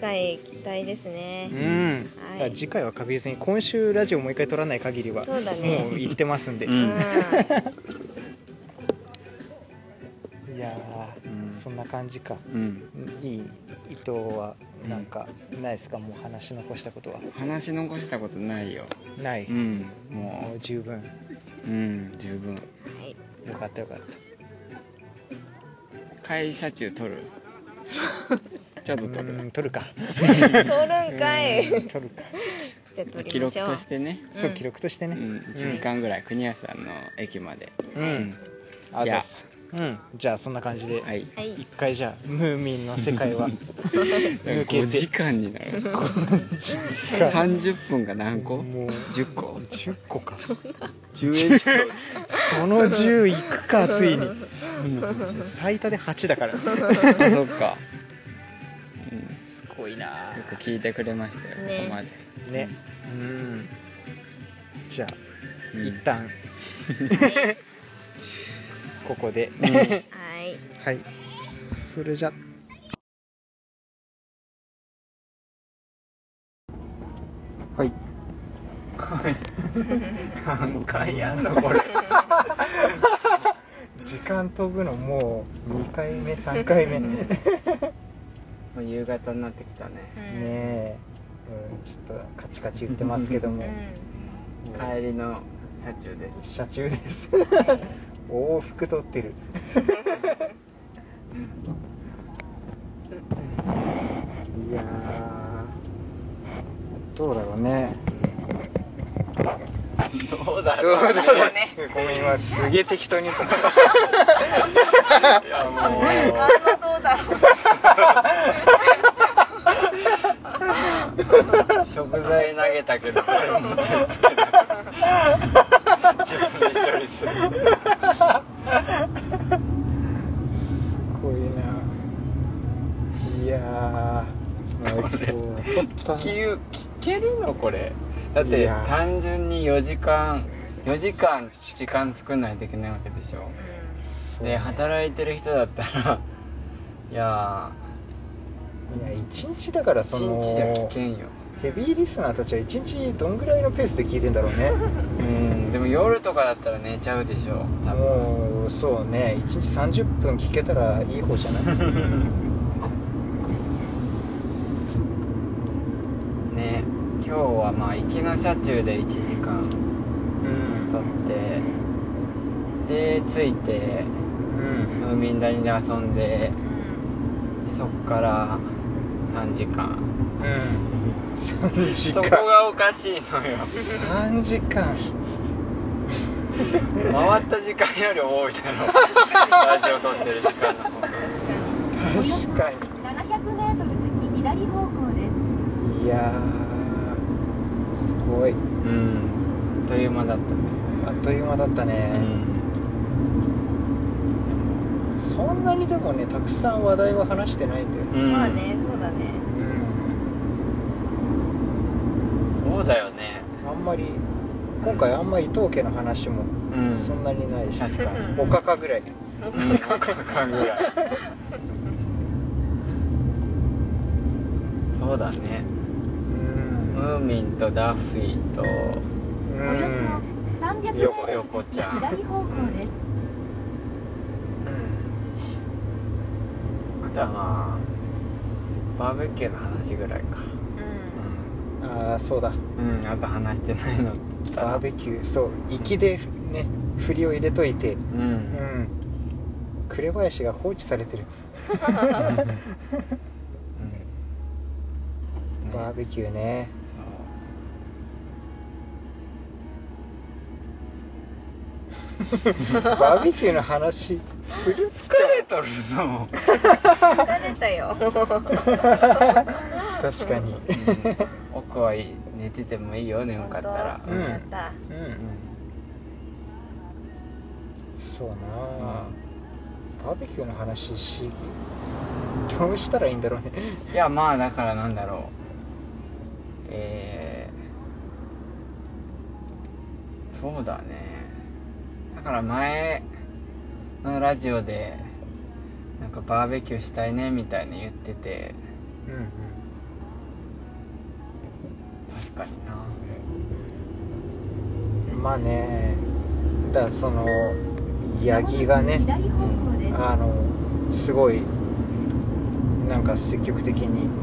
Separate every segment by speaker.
Speaker 1: 回期待ですね
Speaker 2: う。ん、
Speaker 1: はい
Speaker 2: だから次回は確実に今週ラジオもう一回撮らない限りは
Speaker 1: そうだね
Speaker 2: もう行ってますんで、
Speaker 3: う
Speaker 1: うんん、
Speaker 2: いやー、
Speaker 3: うん
Speaker 2: そんな感じか
Speaker 3: うん
Speaker 2: いい伊藤はなんかないですか、もう話し残したことは
Speaker 3: 話し残したことないよ
Speaker 2: ない、
Speaker 3: うん
Speaker 2: も
Speaker 3: も
Speaker 2: う十分
Speaker 3: ううん十分
Speaker 1: はい。
Speaker 2: よかったよかった
Speaker 3: 会社中取 るちょっと取
Speaker 2: う
Speaker 3: る
Speaker 2: ん撮るか
Speaker 1: 取るんか
Speaker 2: うん
Speaker 1: い。
Speaker 2: 撮るか
Speaker 1: じゃあ取
Speaker 3: 記
Speaker 1: りま
Speaker 3: 録
Speaker 1: しょ
Speaker 3: と
Speaker 1: う
Speaker 3: し。てね
Speaker 2: そう
Speaker 1: うん
Speaker 2: 記録として
Speaker 3: う
Speaker 2: ね
Speaker 3: ん1時間ぐらい国安さんの駅まで
Speaker 2: うん、あざっすうんじゃあそんな感じで、
Speaker 3: はい
Speaker 1: はい。
Speaker 2: 一回じゃあムーミンの世界は抜け
Speaker 3: 5時
Speaker 2: て
Speaker 3: 間になる
Speaker 2: 間
Speaker 3: 30分が何個
Speaker 2: もう
Speaker 3: ?10 個
Speaker 2: 10個か
Speaker 3: 10エピソー
Speaker 2: その10いくかついに
Speaker 3: ド
Speaker 2: 最多で8だから
Speaker 3: あそっか、う、
Speaker 2: すごいなん
Speaker 3: よく聞いてくれましたよ、
Speaker 1: ね
Speaker 3: ここまで
Speaker 2: ねうんじゃあ、
Speaker 3: うん
Speaker 2: 一旦ここで、
Speaker 1: はい。
Speaker 2: はいそれじゃはい何回やんのこれ 時間飛ぶのもう2回目3回目ね
Speaker 3: もう夕方になってきたね
Speaker 1: うん。
Speaker 2: え、うん、ちょっとカチカチ言ってますけども、
Speaker 1: うん
Speaker 3: 帰りの車中で
Speaker 2: 車中です 往復取ってるいやーどうだろうね
Speaker 3: どうだ
Speaker 2: どうだろう
Speaker 1: ね
Speaker 2: ねごめん今すげえ適 当に言った
Speaker 3: いやもう
Speaker 1: あのどうだろう。
Speaker 3: 食材投げたけど自分で処理する
Speaker 2: すごいないやーまあ今日はちょっと
Speaker 3: 聞けるのこれだって
Speaker 2: いや
Speaker 3: 単純に4時間4時間時間作んないといけないわけでしょ
Speaker 2: そうね
Speaker 3: で働いてる人だったら いや
Speaker 2: いや一日だから
Speaker 3: ー
Speaker 2: そ
Speaker 3: 1
Speaker 2: の
Speaker 3: 日じゃ危険よ
Speaker 2: ヘビーリスナーたちは一日どんぐらいのペースで聞いてんだろうね
Speaker 3: うんでも夜とかだったら寝ちゃうでしょ多分
Speaker 2: もうそうね一日30分聞けたらいい方じゃない
Speaker 3: ね今日はまあ行きの車中で1時間
Speaker 2: うん
Speaker 3: 撮ってで着いて
Speaker 2: うん
Speaker 3: ムーミン谷で遊んで
Speaker 1: うん
Speaker 3: でそこから3時間
Speaker 2: うん3時
Speaker 3: そこ
Speaker 2: 間
Speaker 3: がおかしい のよ
Speaker 2: 3時間
Speaker 3: 回った時間より多 いだろラジオ撮ってる時間の方
Speaker 2: 確
Speaker 3: が
Speaker 2: か
Speaker 4: 700メートル先左方向です。
Speaker 2: にいやーすごい
Speaker 3: うんあっという間だったね
Speaker 2: あっという間だった
Speaker 3: う
Speaker 2: ね、
Speaker 3: ん
Speaker 2: そんなにでもねたくさん話題は話してないんだよね
Speaker 3: うん
Speaker 1: まあね、そうだね。
Speaker 3: そうだよね
Speaker 2: あんまり今回あんま伊藤家の話も
Speaker 3: うん
Speaker 2: そんなにないし、
Speaker 3: 確かに
Speaker 2: おかかぐらい
Speaker 3: うんかか ぐらいそうだね
Speaker 2: うん
Speaker 3: ムーミンとダッフィーと
Speaker 4: およそ300メー
Speaker 3: 横
Speaker 4: トル
Speaker 3: 横ちゃ
Speaker 4: 先
Speaker 3: ん
Speaker 4: 左方向です。
Speaker 3: あとはまあバーベキューの話ぐらいか
Speaker 1: うん。
Speaker 2: ああそうだ
Speaker 3: うん、うん、あと話してないのっつったら
Speaker 2: バーベキューそう粋でね振りを入れといて
Speaker 3: う
Speaker 2: うんん紅林が放置され てる
Speaker 3: うん
Speaker 2: バーベキューね バーベキューの話する
Speaker 3: 疲れとるの
Speaker 1: 疲れた よ。
Speaker 2: 確かに
Speaker 3: 奥はいい寝ててもいいよ眠かったら
Speaker 1: 本当やった。
Speaker 2: う
Speaker 3: うん
Speaker 2: んそうなあバーベキューの話しどうしたらいいんだろうね
Speaker 3: いやまあだからなんだろうえー、そうだねだから前のラジオでなんかバーベキューしたいねみたいに言ってて
Speaker 2: うん
Speaker 3: 確かにな
Speaker 2: まあねだからその八木がね
Speaker 4: 左方向です。
Speaker 2: あのすごいなんか積極的に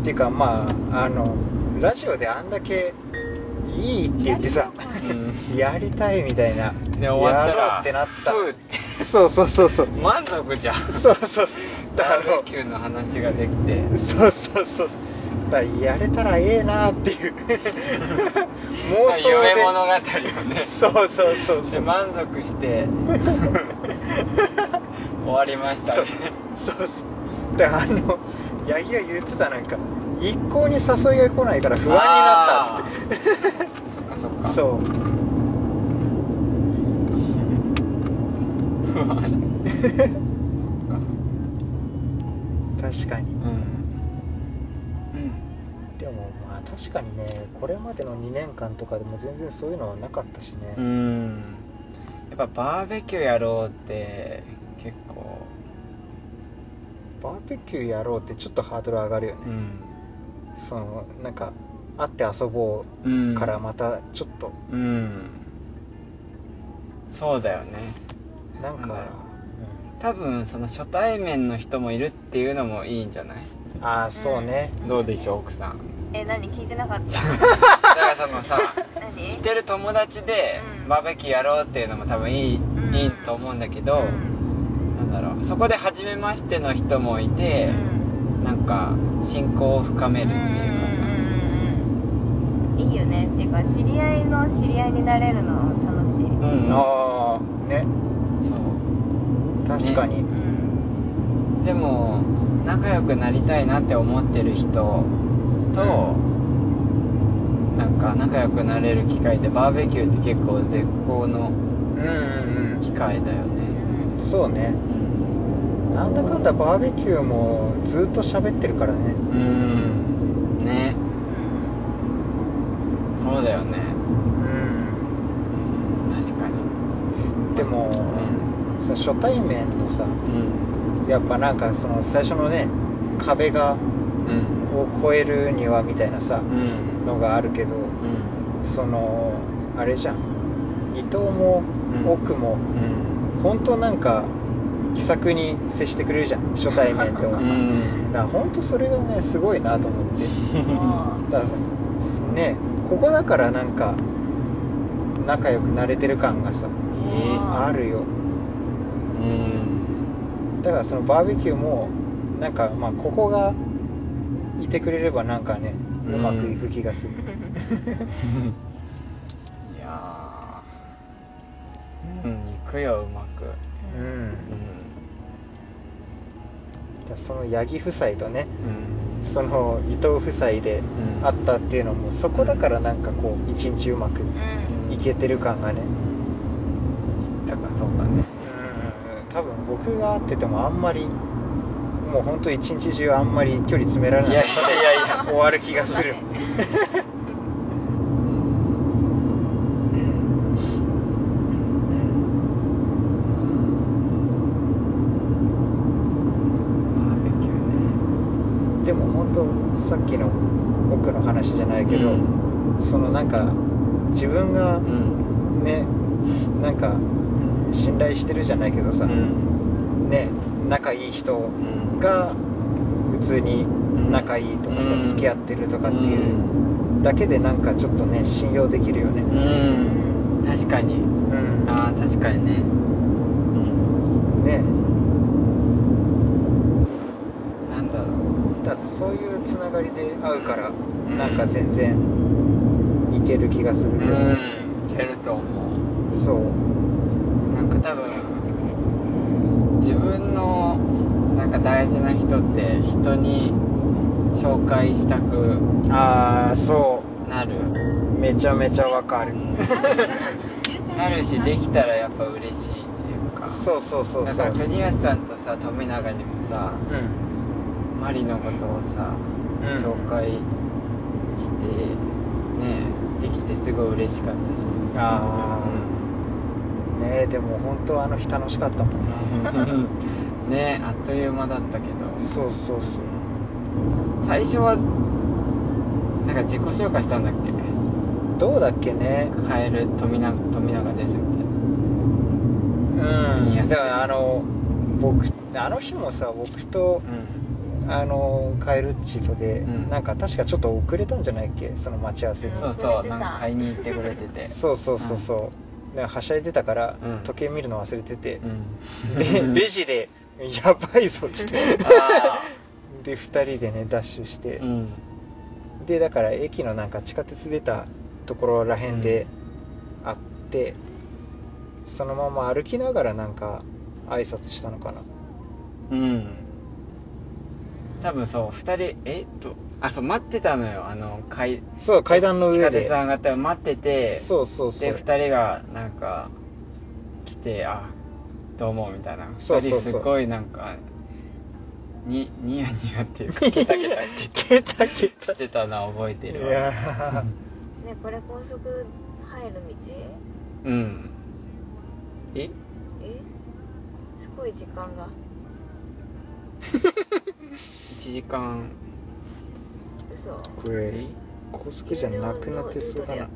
Speaker 2: っていうかまああのラジオであんだけいいって言ってさ
Speaker 3: うん
Speaker 2: やりたいみたいな
Speaker 3: で終わったら
Speaker 2: やろうってなっ
Speaker 3: ふうった
Speaker 2: そうそうそうそう
Speaker 3: 満足じゃん
Speaker 2: そうそうそうだから
Speaker 3: バーベキューの話ができて
Speaker 2: そうそうそうだからやれたらええなっていう 妄想で
Speaker 3: 夢物語をね
Speaker 2: そうそうそうそ
Speaker 3: で
Speaker 2: う
Speaker 3: 満足して終わりました
Speaker 2: そう
Speaker 3: ね
Speaker 2: そうそうであの八木が言ってたなんか一向に誘いが来ないから不安になったっつって
Speaker 3: そっかそっ か
Speaker 2: そう
Speaker 3: 不安そっか
Speaker 2: 確かに
Speaker 3: うん
Speaker 2: でもまあ確かにねこれまでの2年間とかでも全然そういうのはなかったしね、
Speaker 3: うんうんやっぱバーベキューやろうって結構
Speaker 2: バーベキューやろうってちょっとハードル上がるよ
Speaker 3: う
Speaker 2: ね、
Speaker 3: ん
Speaker 2: そのなんか会って遊ぼ
Speaker 3: う
Speaker 2: うんからまたちょっと、
Speaker 3: うんそうだよね
Speaker 2: なん
Speaker 3: なんだ
Speaker 2: か
Speaker 3: よ、多分その初対面の人もいるっていうのもいいんじゃない
Speaker 2: うんああそうね、
Speaker 3: どうでしょう奥さん
Speaker 1: え、何聞いてなか った。
Speaker 3: だからそのさ
Speaker 1: 何
Speaker 3: 知ってる友達で
Speaker 1: うん
Speaker 3: バーベキューやろうっていうのも多分いい,、
Speaker 1: ん
Speaker 3: いいと思うんだけど、
Speaker 1: うん
Speaker 3: なんだろうそこで初めましての人もいて
Speaker 1: う、ん
Speaker 3: なんか親交を深めるっていうかさ、
Speaker 1: うんうんうんうんいいよね。っていうか、知り合いの知り合いになれるの楽しい。
Speaker 3: うんうん
Speaker 2: ああね
Speaker 3: そ
Speaker 2: 確かに、
Speaker 1: うん。
Speaker 3: うでも仲良くなりたいなって思ってる人と、なんか仲良くなれる機会でバーベキューって結構絶好
Speaker 2: う
Speaker 3: の
Speaker 2: んうん
Speaker 3: 機会だよ
Speaker 1: う
Speaker 3: ね
Speaker 1: ん
Speaker 2: うんそうね
Speaker 3: うん
Speaker 2: なんだかんだバーベキューもずっと喋ってるからね
Speaker 3: うんね
Speaker 1: うん
Speaker 3: そうだよね
Speaker 2: うん
Speaker 3: 確かに
Speaker 2: でも、その初対面のさ
Speaker 3: うん
Speaker 2: やっぱなんかその最初のね壁が
Speaker 3: うん
Speaker 2: を越えるにはみたいなさ
Speaker 3: うんうん
Speaker 2: のがあるけど
Speaker 3: うん
Speaker 2: そのあれじゃん伊藤も
Speaker 3: うん
Speaker 2: 奥も本当なんか気さくに接してくれるじゃん初対面でも
Speaker 3: う
Speaker 2: だか
Speaker 3: ん
Speaker 2: ら本当それがねすごいなと思って
Speaker 1: もう
Speaker 2: だからさねここだからなんか仲良くなれてる感がさ
Speaker 3: えー
Speaker 2: あるよ
Speaker 3: うん
Speaker 2: だからそのバーベキューもなんかまあここがいてくれればなんかね
Speaker 3: う
Speaker 2: うんまくいく気がする
Speaker 3: いやーうん行くようまく
Speaker 2: う
Speaker 3: うんん
Speaker 2: だからその八木夫妻とね
Speaker 3: うん
Speaker 2: その伊藤夫妻で
Speaker 3: うん
Speaker 2: 会ったっていうのもそこだからなんかこう一日うまく
Speaker 1: うん
Speaker 2: いけてる感がね
Speaker 3: だからそうかね
Speaker 2: うん多分僕が会っててもあんまりもうほんと一日中あんまり距離詰められない
Speaker 3: いやいやいやいや
Speaker 2: 終わる気がす る
Speaker 1: そう
Speaker 3: バーベキューね
Speaker 2: でも本当さっきの僕の話じゃないけど、そのなんか自分が
Speaker 3: うん
Speaker 2: ねなんか信頼してるじゃないけどさ、
Speaker 3: うん
Speaker 2: ね仲いい人
Speaker 3: うん
Speaker 2: が普通に仲いいとかさ、
Speaker 3: うん
Speaker 2: 付き合ってるとかっていうだけでなんかちょっとね信用できるよね
Speaker 3: うん、うん確かに
Speaker 2: うん
Speaker 3: あー確かにねうん
Speaker 2: ね
Speaker 3: なんだろう
Speaker 2: だそういうつながりで会うから
Speaker 3: ん
Speaker 2: なんか全然いける気がするけど、
Speaker 3: うんいけると思う
Speaker 2: そう
Speaker 3: なんか多分自分のなんか大事な人って人に紹介したく
Speaker 2: ああそ
Speaker 3: なる
Speaker 2: うめちゃめちゃわかる
Speaker 3: なるしできたらやっぱ嬉しいっていう か
Speaker 2: そうそうそう
Speaker 3: だ
Speaker 2: そ
Speaker 3: か
Speaker 2: う
Speaker 3: ら国安さんとさ富永にもさ
Speaker 2: うん
Speaker 3: マリのことを
Speaker 2: う
Speaker 3: さ、
Speaker 2: ん
Speaker 3: 紹介してねできてすごい嬉しかったし
Speaker 2: ああねえでも本当あの日楽しかったもんな
Speaker 3: うん ねあっという間だったけど
Speaker 2: そうそうそう
Speaker 3: 最初はなんか自己紹介したんだっけ
Speaker 2: どうだっけね
Speaker 3: カエル富永富永ですみたいな
Speaker 2: う
Speaker 3: いや
Speaker 2: んだからあの僕あの日もさ僕と、あのカエルチとで、
Speaker 3: うん
Speaker 2: なんか確かちょっと遅れたんじゃないっけその待ち合わせに、
Speaker 1: ん
Speaker 3: そ
Speaker 1: 忘
Speaker 3: う
Speaker 1: れ
Speaker 3: そ
Speaker 1: て
Speaker 3: う
Speaker 1: た
Speaker 3: なんか買いに行ってくれ てて
Speaker 2: そうそうそうそう、ではしゃいでたから、
Speaker 3: うん
Speaker 2: 時計見るの忘れてて
Speaker 3: う、
Speaker 2: レ
Speaker 3: ん
Speaker 2: レジで「やばいぞ」っつって
Speaker 3: あ
Speaker 2: で2人でねダッシュして、
Speaker 3: ーうん
Speaker 2: でだから駅のなんか地下鉄出たところらへんで会って、そのまま歩きながらなんか挨拶したのかな
Speaker 3: うん多分そう2人えっとあそう待ってたのよあの階
Speaker 2: そう階段の
Speaker 3: 地
Speaker 2: 上
Speaker 3: 下鉄
Speaker 2: で
Speaker 3: 上がったら待ってて
Speaker 2: そうそうそう
Speaker 3: で2人がなんか来てあどうもみたいな
Speaker 2: そうそ
Speaker 3: 2
Speaker 2: うそう
Speaker 3: 人すごいなんかにニヤニヤっていうかケタケタ して
Speaker 2: ケタケタ
Speaker 3: してたのは覚えて
Speaker 2: い
Speaker 3: る
Speaker 2: や
Speaker 3: わ
Speaker 2: ー
Speaker 1: ねこれ高速入る道
Speaker 3: うんえ
Speaker 1: えすごい時間が
Speaker 3: 1時間
Speaker 1: 嘘
Speaker 2: これ高速じゃなくなってそ
Speaker 1: 有料のルー
Speaker 2: うだな
Speaker 1: トでやっ
Speaker 3: ちょっと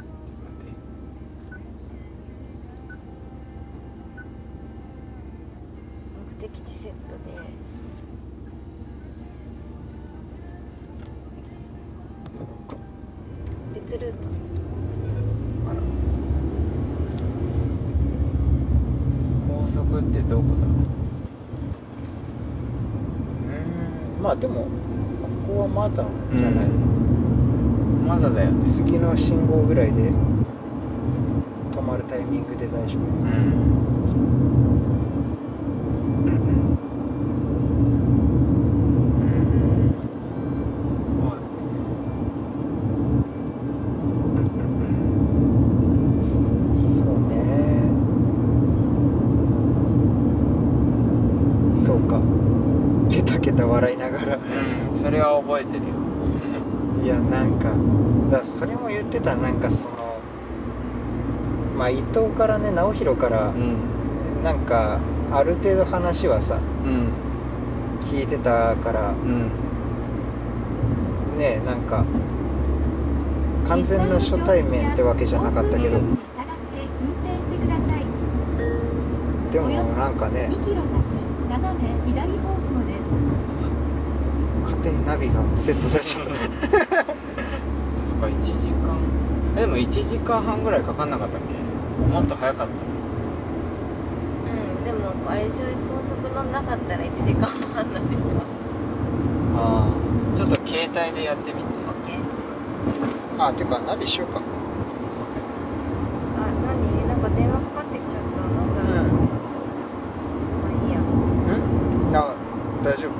Speaker 3: 待って
Speaker 1: た目的地セットで別ルート
Speaker 3: あら高速ってどこだ
Speaker 2: うーんまあでもここはまだじゃない、
Speaker 3: うんまだだよね
Speaker 2: 次の信号ぐらいで止まるタイミングで大丈夫
Speaker 3: うん
Speaker 2: そうねそうかケタケタ笑いながら
Speaker 3: うんそれは覚えてるよ
Speaker 2: いやなんかだそれも言ってたなんかそのまあ伊藤からね直弘から、
Speaker 3: ん
Speaker 2: なんかある程度話はさ
Speaker 3: うん
Speaker 2: 聞いてたから
Speaker 3: うん
Speaker 2: ねなんか完全な初対面ってわけじゃなかったけど
Speaker 4: 交通ルールに従って運転してください。
Speaker 2: でもなんかね
Speaker 4: 2キロ先、斜め左方向で
Speaker 2: 勝
Speaker 4: す。
Speaker 2: 手にナビがセットされちゃった
Speaker 3: そっか1時間えでも1時間半ぐらいかかんなかったっけもっと早か
Speaker 1: う
Speaker 3: った
Speaker 1: んでもあれでしょ高速のなかったら1時間半なんでしょ
Speaker 3: ああちょっと携帯でやってみて
Speaker 1: OK
Speaker 2: あていうかナビしようか
Speaker 1: あ何なんか電話かかってきちゃったなんだろう、
Speaker 2: う
Speaker 1: まあい
Speaker 2: ん
Speaker 1: いや
Speaker 2: うんあ大丈夫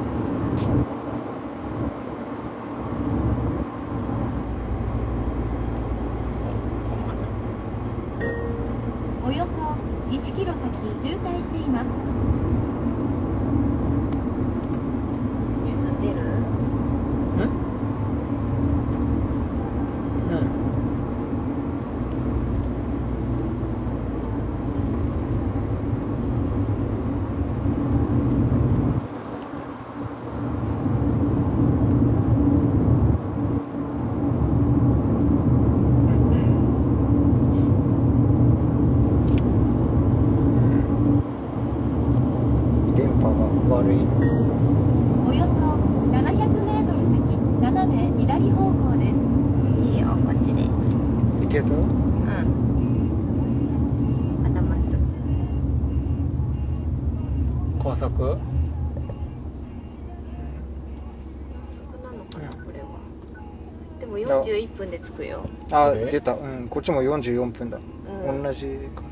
Speaker 4: およそ1キロ先、渋滞しています。
Speaker 1: ゆうさん出る
Speaker 2: うん電波が悪い
Speaker 4: およそ700メートル先、斜め左方向です。
Speaker 1: いいよこっちで
Speaker 2: いけた
Speaker 1: うんまたまっすぐ
Speaker 3: 高
Speaker 1: 高
Speaker 3: 速
Speaker 1: 速なのかな
Speaker 2: うん
Speaker 1: これはでも41分で着くよ
Speaker 2: あ
Speaker 3: これ
Speaker 2: 出たうんこっちも44分だ、
Speaker 1: うん
Speaker 2: 同じか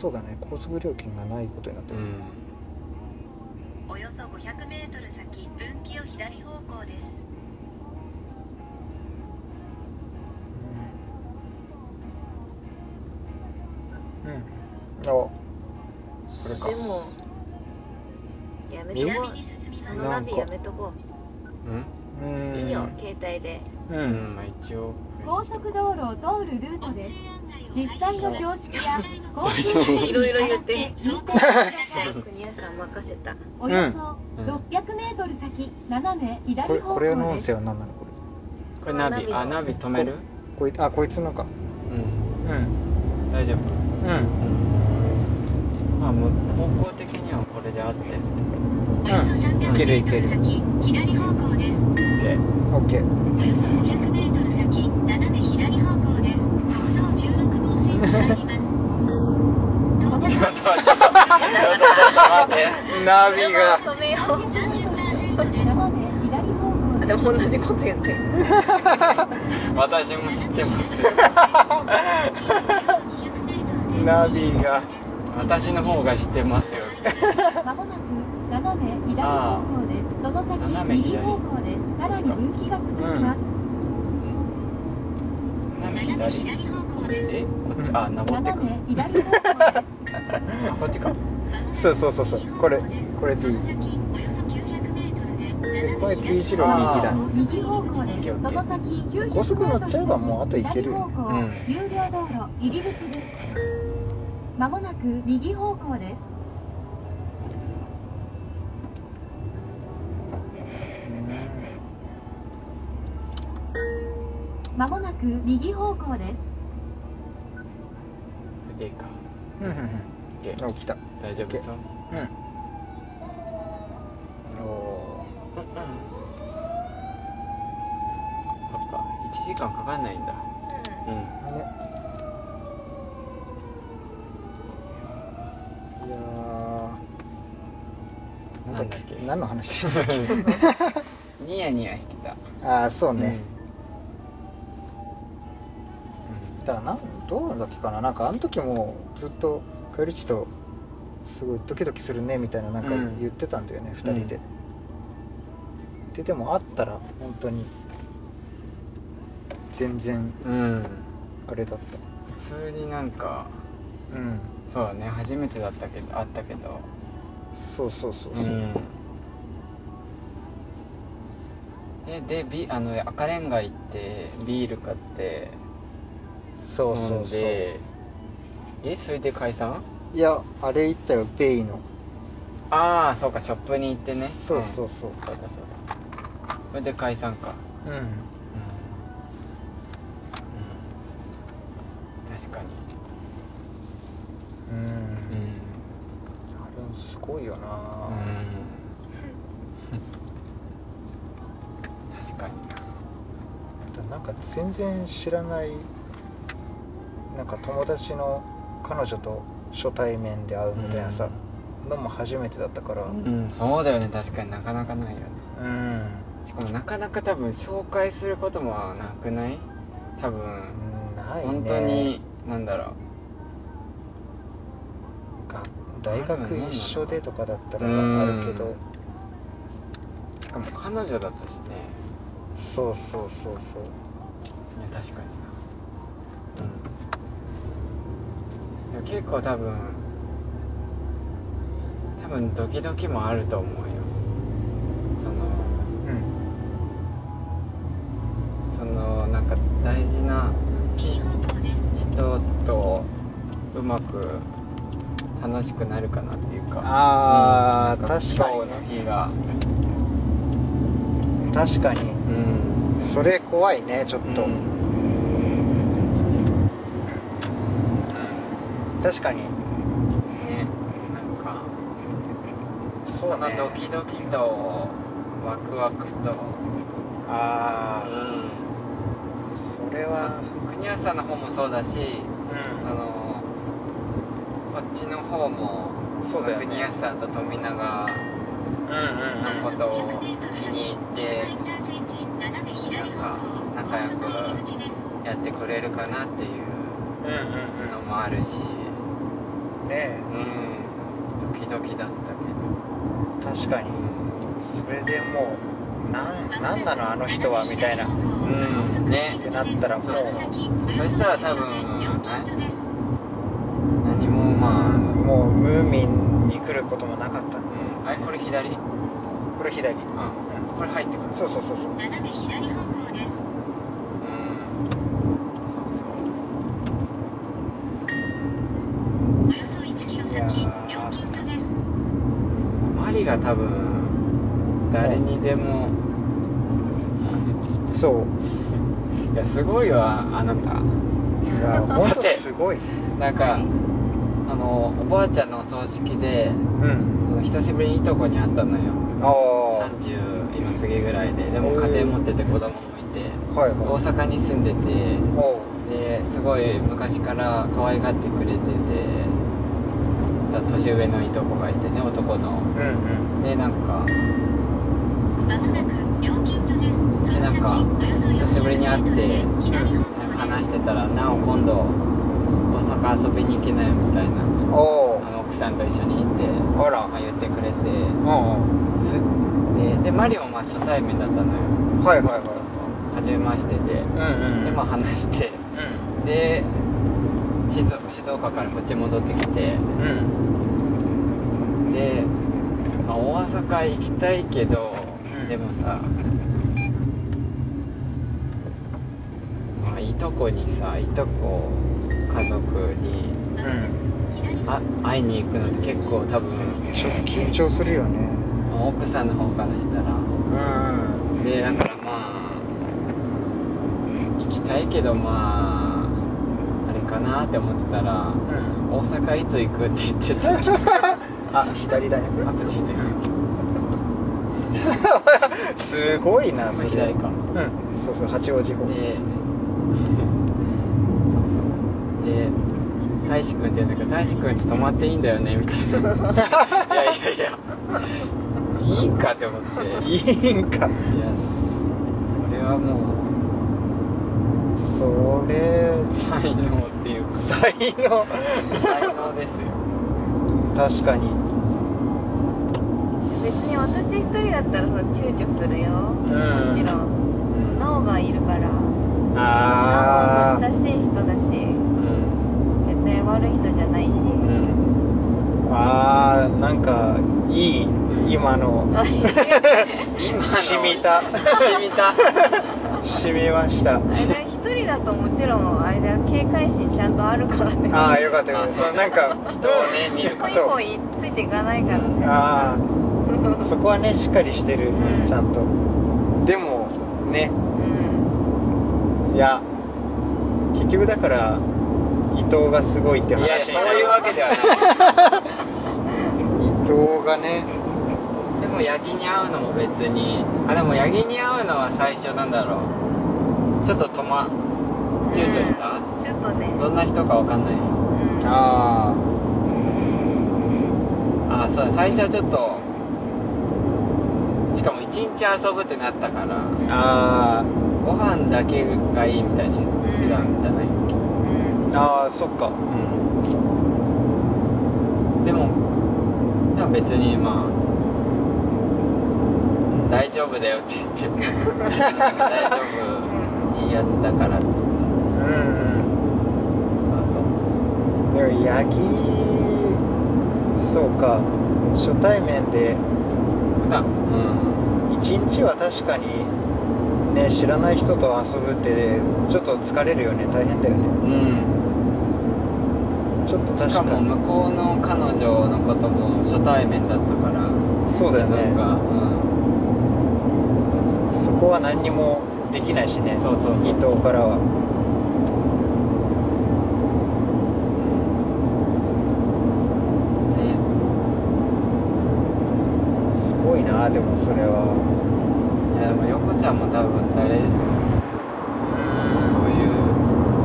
Speaker 2: そうだね高速料金がないことになって
Speaker 3: う
Speaker 2: る、
Speaker 3: ん
Speaker 4: およそ500メートル先、分岐を左方向です。
Speaker 2: うん、あそれか
Speaker 1: でもやめと
Speaker 2: 右
Speaker 1: こ
Speaker 4: 進み
Speaker 1: うそのナビやめとこ
Speaker 3: うん
Speaker 2: う
Speaker 1: うんいいよ携帯で
Speaker 2: う
Speaker 3: うんんまあ一応これ
Speaker 4: 高速道路を通るルートです。実際の標識や交通
Speaker 3: 大丈夫
Speaker 1: いろいろ言って
Speaker 4: に従って
Speaker 1: 国安さん任せ た
Speaker 4: およそ
Speaker 3: うん
Speaker 4: 600メートル先、斜め
Speaker 2: こ
Speaker 4: 左
Speaker 2: れ
Speaker 4: 方
Speaker 2: これの
Speaker 4: 向で
Speaker 2: 音
Speaker 4: す。
Speaker 2: 声は何なのこれ
Speaker 3: これナビあナビ止める
Speaker 2: こいあこいつのか
Speaker 3: うん
Speaker 2: うん
Speaker 3: 大丈夫
Speaker 2: うんうん
Speaker 3: うんまあむ方向的にはこれで合ってる
Speaker 2: いけるいける
Speaker 5: 左方向です。
Speaker 3: オッケー
Speaker 2: OK
Speaker 5: およそ500メートル先、斜め左方向です。国道16号線に入ります。 到着時刻
Speaker 3: 待って
Speaker 2: ナビが
Speaker 1: 染めよ
Speaker 5: 30%です。
Speaker 4: 斜め左方向
Speaker 1: う
Speaker 4: で。
Speaker 1: ですも同じこと言ってる
Speaker 3: 私も知ってます
Speaker 5: 200メートルで
Speaker 2: ナビが
Speaker 3: 私の方が知ってますよ
Speaker 4: まもなく斜め左方向です。その
Speaker 3: 斜
Speaker 4: 先
Speaker 3: め
Speaker 4: 右
Speaker 3: 左
Speaker 4: 方向です。さらに分岐が続きます。
Speaker 3: ナビ
Speaker 5: 斜め
Speaker 3: 左
Speaker 5: 左方向です。
Speaker 3: えこっちあ登って
Speaker 4: 斜
Speaker 3: くる
Speaker 4: め左方向です。
Speaker 3: あこっちか
Speaker 2: そうそうそうそうこれこれ
Speaker 5: そ
Speaker 2: でいい
Speaker 5: の先、およそ900メートルで斜め左方向です。
Speaker 2: これ T 字路右だね
Speaker 4: 右方向です。その先900
Speaker 2: 高速乗っちゃえばもうあと行けるよ
Speaker 4: 左方向
Speaker 3: うん
Speaker 4: 有料道路入り口です。まもなく右方向です。まもなく右方向です。
Speaker 3: これでいいか
Speaker 2: うんうん
Speaker 3: オッケ
Speaker 2: う
Speaker 3: ー
Speaker 2: んあ来た
Speaker 3: 大丈夫そ
Speaker 2: う
Speaker 3: う
Speaker 2: んお
Speaker 3: そっか1時間かかんないんだうん
Speaker 2: ーねいやーなんだっけ
Speaker 3: なんだっけ
Speaker 2: 何の話 してたっけ
Speaker 3: ニヤニヤしてた
Speaker 2: ああそうね、だからなんどうだっけかななんかあの時もずっとカエルチとすごいドキドキするねみたいななんか
Speaker 3: うん
Speaker 2: 言ってたんだよね、二2人で、
Speaker 3: うん
Speaker 2: ででも会ったら本当に全然
Speaker 3: うん、うん、
Speaker 2: あれだっ
Speaker 3: 普通になんか
Speaker 2: たうん
Speaker 3: そうだね初めてだったけどあったけど
Speaker 2: そうそうそう
Speaker 3: う
Speaker 2: そう、
Speaker 3: んえでビあの赤レンガ行ってビール買って
Speaker 2: そう
Speaker 3: 飲
Speaker 2: そ
Speaker 3: ん
Speaker 2: うそう
Speaker 3: でえそれで解散
Speaker 2: いやあれ行ったよベイの
Speaker 3: ああそうかショップに行ってね
Speaker 2: そうそううそう、
Speaker 3: んそうだそうだそれで解散か
Speaker 2: うん
Speaker 3: うん、うん、確か
Speaker 2: う
Speaker 3: に
Speaker 2: ん、
Speaker 3: うん
Speaker 2: あれもすごいよ
Speaker 3: う
Speaker 2: な、
Speaker 3: ん確かに
Speaker 2: なんか全然知らないなんか友達の彼女と初対面で会うみたいなさ、のも初めてだったからう
Speaker 3: うん
Speaker 2: ん、
Speaker 3: うん、そうだよね確かになかなかないよねしかもなかなか多分紹介することもなくない多分、
Speaker 2: ないね
Speaker 3: 本当になんだろ
Speaker 2: が大学一緒でとかだったら
Speaker 3: うん
Speaker 2: あるけど
Speaker 3: うしかも彼女だったしね
Speaker 2: そうそうそうそう
Speaker 3: いや確かになうんでも結構多分多分ドキドキもあると思うよその
Speaker 2: うん
Speaker 3: そのなんか大事な
Speaker 5: 右方向です。
Speaker 3: 人とうまく楽しくなるかなっていうか
Speaker 2: あー
Speaker 3: うんなん
Speaker 2: 確かにね
Speaker 3: 今の日が
Speaker 2: 確かに
Speaker 3: うん
Speaker 2: それ怖いねちょっと、
Speaker 3: うん
Speaker 2: 確かに
Speaker 3: ねなんか
Speaker 2: そ
Speaker 3: こ
Speaker 2: う
Speaker 3: の
Speaker 2: ね
Speaker 3: ドキドキとワクワクと
Speaker 2: ああ
Speaker 3: う
Speaker 2: それは
Speaker 3: ん国安さんの方もそうだしあ
Speaker 2: う
Speaker 3: のこっちの方も
Speaker 2: そうだよね
Speaker 3: 国安さんと富永
Speaker 2: んうん
Speaker 3: のことを見に行って
Speaker 5: インターチェンジ、斜め左方向、
Speaker 3: なんか
Speaker 5: 高速
Speaker 3: 仲良く
Speaker 5: 入り口です。
Speaker 3: やってくれるかなっていう
Speaker 2: うんうん
Speaker 3: のもあるし
Speaker 2: うんね
Speaker 3: うんドキドキだったけ
Speaker 2: え確かに
Speaker 3: どう
Speaker 2: それでもうなんなんなのあの人はみたいな
Speaker 3: うんね
Speaker 2: ってなったらもう
Speaker 3: そしたら多分ん何もまあ
Speaker 2: もうムーミンに来ることもなかった
Speaker 3: うんあれこれ左うん
Speaker 2: これ左
Speaker 3: これ入ってくる
Speaker 2: そうそうそうそう
Speaker 5: 斜め左方向です。
Speaker 3: うんが多分誰にでも
Speaker 2: そう
Speaker 3: いやすごいわあなた
Speaker 2: いや本当すごい
Speaker 3: なんか、
Speaker 1: はい
Speaker 3: あのおばあちゃんのお葬式で
Speaker 2: うん
Speaker 3: その久しぶりにいとこに会ったのよ
Speaker 2: ああは
Speaker 3: 30今過ぎぐらいででも家庭持ってて子供もいて
Speaker 2: いはい
Speaker 3: 大阪に住んでて
Speaker 2: おう
Speaker 3: ですごい昔から可愛がってくれててだ年上のいとこがいてね男の
Speaker 2: うんうん
Speaker 3: でなんか
Speaker 5: まもなく料金所です。そ
Speaker 3: で
Speaker 5: の
Speaker 3: なん
Speaker 5: 先、お
Speaker 3: か
Speaker 5: よそ
Speaker 3: 久しぶりに会って
Speaker 5: 400メートルで左方向
Speaker 3: なんか
Speaker 5: です。
Speaker 3: 話してたら「なお今度大阪遊びに行けない」みたいな
Speaker 2: おう
Speaker 3: あの奥さんと一緒に行って
Speaker 2: あら
Speaker 3: まあ言ってくれて
Speaker 2: うん
Speaker 3: ふででマリもまあ初対面だったのよ
Speaker 2: うんはいはい
Speaker 3: そう
Speaker 2: は
Speaker 3: そう初めましてで
Speaker 2: いうんうん
Speaker 3: でまあ話してで静静岡からこっち戻ってきて
Speaker 2: うんうん
Speaker 3: で、まあ、大阪行きたいけど、
Speaker 2: うん
Speaker 3: でもさ、まあ、いとこにさいとこ家族に
Speaker 2: うん
Speaker 3: あ会いに行くのって結構多分
Speaker 2: ちょっと緊張するよね
Speaker 3: 奥さんの方からしたら
Speaker 2: うん
Speaker 3: でだからまあ行きたいけどまああれかなって思ってたら
Speaker 2: うん
Speaker 3: 「大阪いつ行く?」って言ってて
Speaker 2: あ左だね
Speaker 3: あこっち行く
Speaker 2: すごいな
Speaker 3: まあ
Speaker 2: それ
Speaker 3: 左か
Speaker 2: うんそうそう八王子方
Speaker 3: でそうそうで大志くんって言うんだけど大志くんち泊まっていいんだよねみたいないやいやいやいいんかって思ってい
Speaker 2: いいんか
Speaker 3: やそれはも
Speaker 2: それ
Speaker 3: う才能っていうか
Speaker 2: 才能
Speaker 3: 才能ですよ
Speaker 2: 確かに
Speaker 1: 別に私一人だったらその躊躇するよ、もちろんでも奈緒がいるから
Speaker 2: あ
Speaker 1: 奈緒も親しい人だし
Speaker 3: うん
Speaker 1: 絶対悪い人じゃないし、
Speaker 3: うん
Speaker 2: ーあーなんかいい今 の
Speaker 1: あいいね
Speaker 3: 今の
Speaker 2: 染みた
Speaker 3: 染み た
Speaker 2: 締めました
Speaker 1: あれだよ一人だともちろんあれだよ警戒心ちゃんとあるからね
Speaker 2: ああよかったよかったそのなんか
Speaker 3: 人をね見るか
Speaker 1: 一
Speaker 3: ら
Speaker 2: そう
Speaker 1: 個一個ついていかないからね
Speaker 2: ああそこはねしっかりしてる
Speaker 1: うん
Speaker 2: ちゃんとでもね
Speaker 1: うん
Speaker 2: いや結局だから伊藤がすごいって
Speaker 3: いや
Speaker 2: 話に
Speaker 3: そう
Speaker 2: なる
Speaker 3: いうわけではない
Speaker 2: 伊藤がね
Speaker 3: でも八木に会うのも別にあでも八木に会うのは最初なんだろうちょっととま躊躇した、
Speaker 1: うんちょっとね
Speaker 3: どんな人かわかんない
Speaker 1: うん
Speaker 2: あ
Speaker 3: あそう最初はちょっとしかも一日遊ぶってなったから
Speaker 2: ああ
Speaker 3: ご飯だけがいいみたいに言ってたんじゃない、う
Speaker 1: うん
Speaker 2: ーあーそっか
Speaker 3: ん、でもでも別にまあうん大丈夫だよって言って大丈夫いいやつだからって
Speaker 2: うんうん
Speaker 3: そうそう
Speaker 2: でも八木そうか初対面で
Speaker 3: だうん
Speaker 2: 1日は確かにね知らない人と遊ぶってちょっと疲れるよね大変だよね
Speaker 3: うん
Speaker 2: ちょっと
Speaker 3: し
Speaker 2: 確
Speaker 3: か
Speaker 2: か
Speaker 3: も
Speaker 2: に
Speaker 3: 向こうの彼女のことも初対面だったから
Speaker 2: そうだよ
Speaker 3: 自分
Speaker 2: ね
Speaker 3: がうんそう
Speaker 2: そこは何にもできないしね
Speaker 3: そうそうそうそう
Speaker 2: 伊藤からは
Speaker 3: そうね
Speaker 2: すごいなでもそれはい
Speaker 3: やでも横ちゃんも多分誰そういう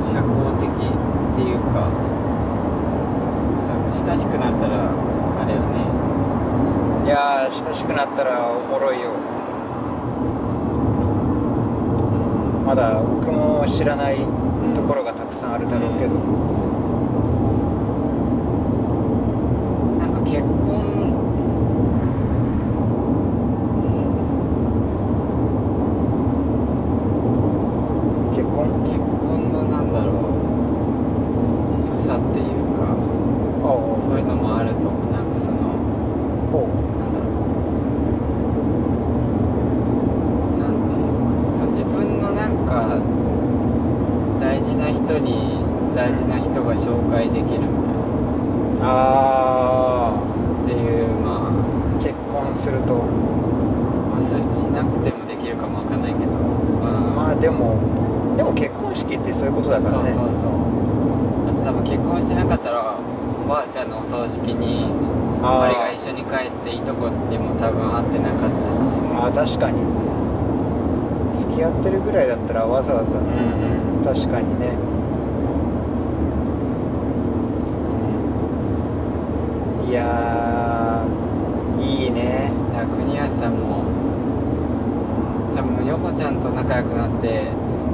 Speaker 3: 社交的っていうか多分親しくなったらあれよね
Speaker 2: いやー親しくなったらおもろいよ
Speaker 3: うん
Speaker 2: まだ僕も知らないところがたくさんあるだろうけど、
Speaker 3: なんか結婚
Speaker 2: 結婚
Speaker 3: 結婚のなんだろう良さっていうか
Speaker 2: ああ
Speaker 3: そういうのもあると思うなんかその
Speaker 2: ほ
Speaker 3: なんだろうなんていうのそう自分のなんか大事な人に大事な人が紹介できるみたいう
Speaker 2: ああ
Speaker 3: なっていうまあ
Speaker 2: 結婚オンすると
Speaker 3: まあ、それしなくてもできるかもわかんないけど
Speaker 2: まあでもでも結婚式ってそういうことだからね
Speaker 3: そうそうそうあと多分結婚してなかったらおばあちゃんのお葬式に
Speaker 2: あー
Speaker 3: 彼が一緒に帰っていとこにも多分会ってなかったし
Speaker 2: まあ確かに付き合ってるぐらいだったらわざわざ
Speaker 3: うんうん
Speaker 2: 確かにねいやーいいね
Speaker 3: だから国安さんも多分横ちゃんと仲良くなって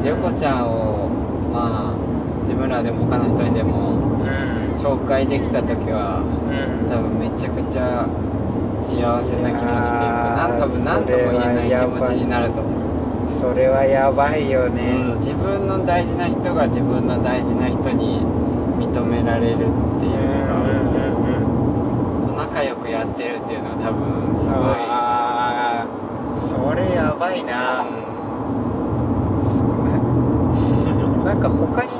Speaker 3: 横ちゃんをまあ自分らでも他の人にで
Speaker 2: う
Speaker 3: も
Speaker 2: ん
Speaker 3: 紹介できた時は
Speaker 2: うん
Speaker 3: 多分めちゃくちゃ幸せな気持ちという
Speaker 2: いやー
Speaker 3: か何多分何とも言えない
Speaker 2: それは
Speaker 3: 気
Speaker 2: や
Speaker 3: 持
Speaker 2: ばい
Speaker 3: ちになると思う
Speaker 2: それはやばいよね、
Speaker 3: うん自分の大事な人が自分の大事な人に認められるっていうか、仲良くやってるっていうのは多分すごい
Speaker 2: ああそれやばい な、なんか他に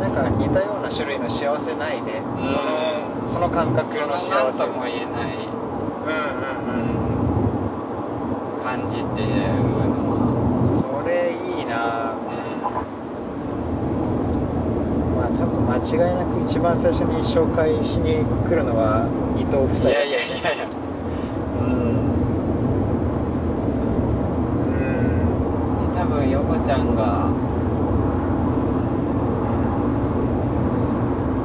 Speaker 2: なんか似たような種類の幸せないね、
Speaker 3: ん
Speaker 2: そのその感覚
Speaker 3: そ
Speaker 2: の
Speaker 3: の
Speaker 2: 幸
Speaker 3: 何
Speaker 2: せ
Speaker 3: とも言えない、
Speaker 2: うんうんうん
Speaker 3: 感じっていうのは、
Speaker 2: それいいな
Speaker 3: う
Speaker 2: まあ多分間違いなく一番最初に紹介しに来るのは伊藤夫
Speaker 3: ん、
Speaker 2: 妻
Speaker 3: いやいやいやいやうん
Speaker 2: うん
Speaker 3: で多分横ちゃんが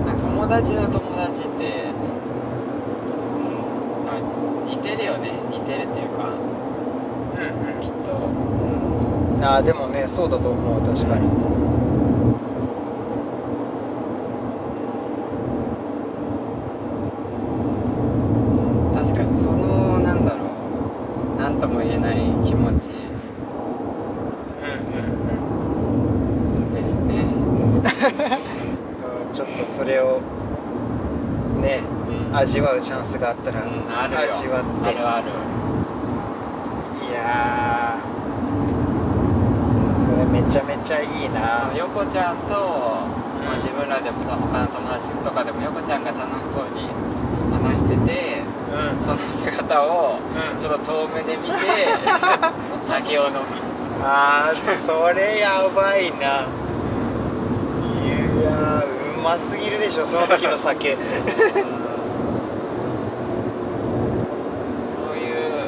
Speaker 3: うん友達の友達ってうん似てるよね似てるっていうかきっと、うん
Speaker 2: ああでもねそうだと思う確かに、
Speaker 3: 確かにそのなんだろう何とも言えない気持ちです
Speaker 2: う
Speaker 3: ね
Speaker 2: んちょっとそれをね、
Speaker 3: うん
Speaker 2: 味わうチャンスがあったら、
Speaker 3: うんあるよ
Speaker 2: 味わって
Speaker 3: あるある
Speaker 2: いやーそれめちゃめちゃいいな
Speaker 3: 横ちゃんと、まあ
Speaker 2: うん
Speaker 3: 自分らでもさ他の友達とかでも横ちゃんが楽しそうに話してて
Speaker 2: うん
Speaker 3: その姿を
Speaker 2: うん
Speaker 3: ちょっと遠目で 見て酒を飲む
Speaker 2: あーそれやばいないやーうますぎるでしょその時の 酒
Speaker 3: そういうな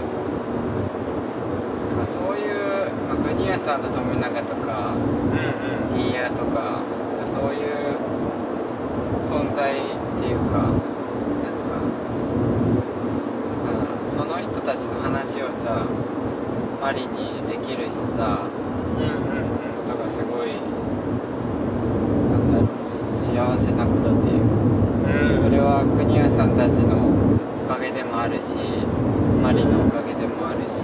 Speaker 3: んかそういう、まあ、国安さんと富永とか
Speaker 2: うんうん
Speaker 3: 飯屋とかそういう存在っていうかなんかなんかその人たちの話をさマリにできるしさ
Speaker 2: うんうんうん
Speaker 3: ことがすごいなんだろう幸せなことっていうかそれは国谷さんたちのおかげでもあるしマリのおかげでもあるし、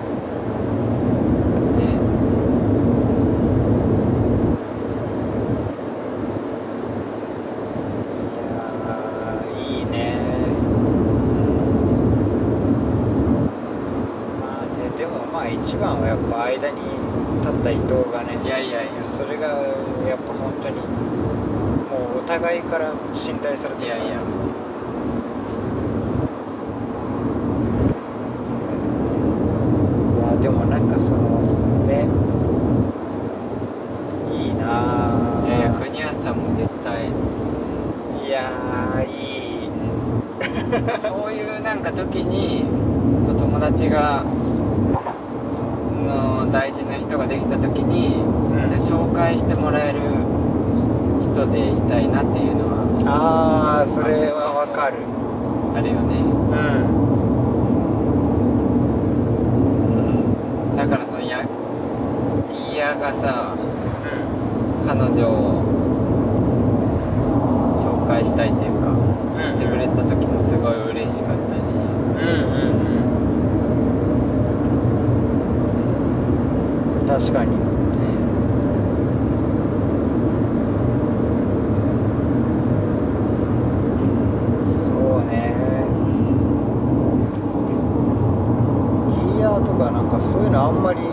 Speaker 3: うんね
Speaker 2: いやーいいねまあねでもまあ一番はやっぱ間に立った伊藤がね
Speaker 3: いやいやいや
Speaker 2: それがやっぱ本当にもうお互いから信頼されて
Speaker 3: い
Speaker 2: る
Speaker 3: やいや
Speaker 2: いやでもなんかそのねいいなあ
Speaker 3: いやいや国谷さんも絶対
Speaker 2: いやーいい
Speaker 3: そういうなんか時にそう友達がの大事な人ができた時に、
Speaker 2: ん
Speaker 3: 紹介してもらえる人でいたいなっていうのは
Speaker 2: ああそれはわかる
Speaker 3: あるよね、
Speaker 2: うん
Speaker 3: うん、だからそのやギアがさ彼女を紹介したいっていうか言ってくれた時もすごい嬉しかったし
Speaker 2: うんうんうん確かにそうねギアとかなんかそういうのあんまり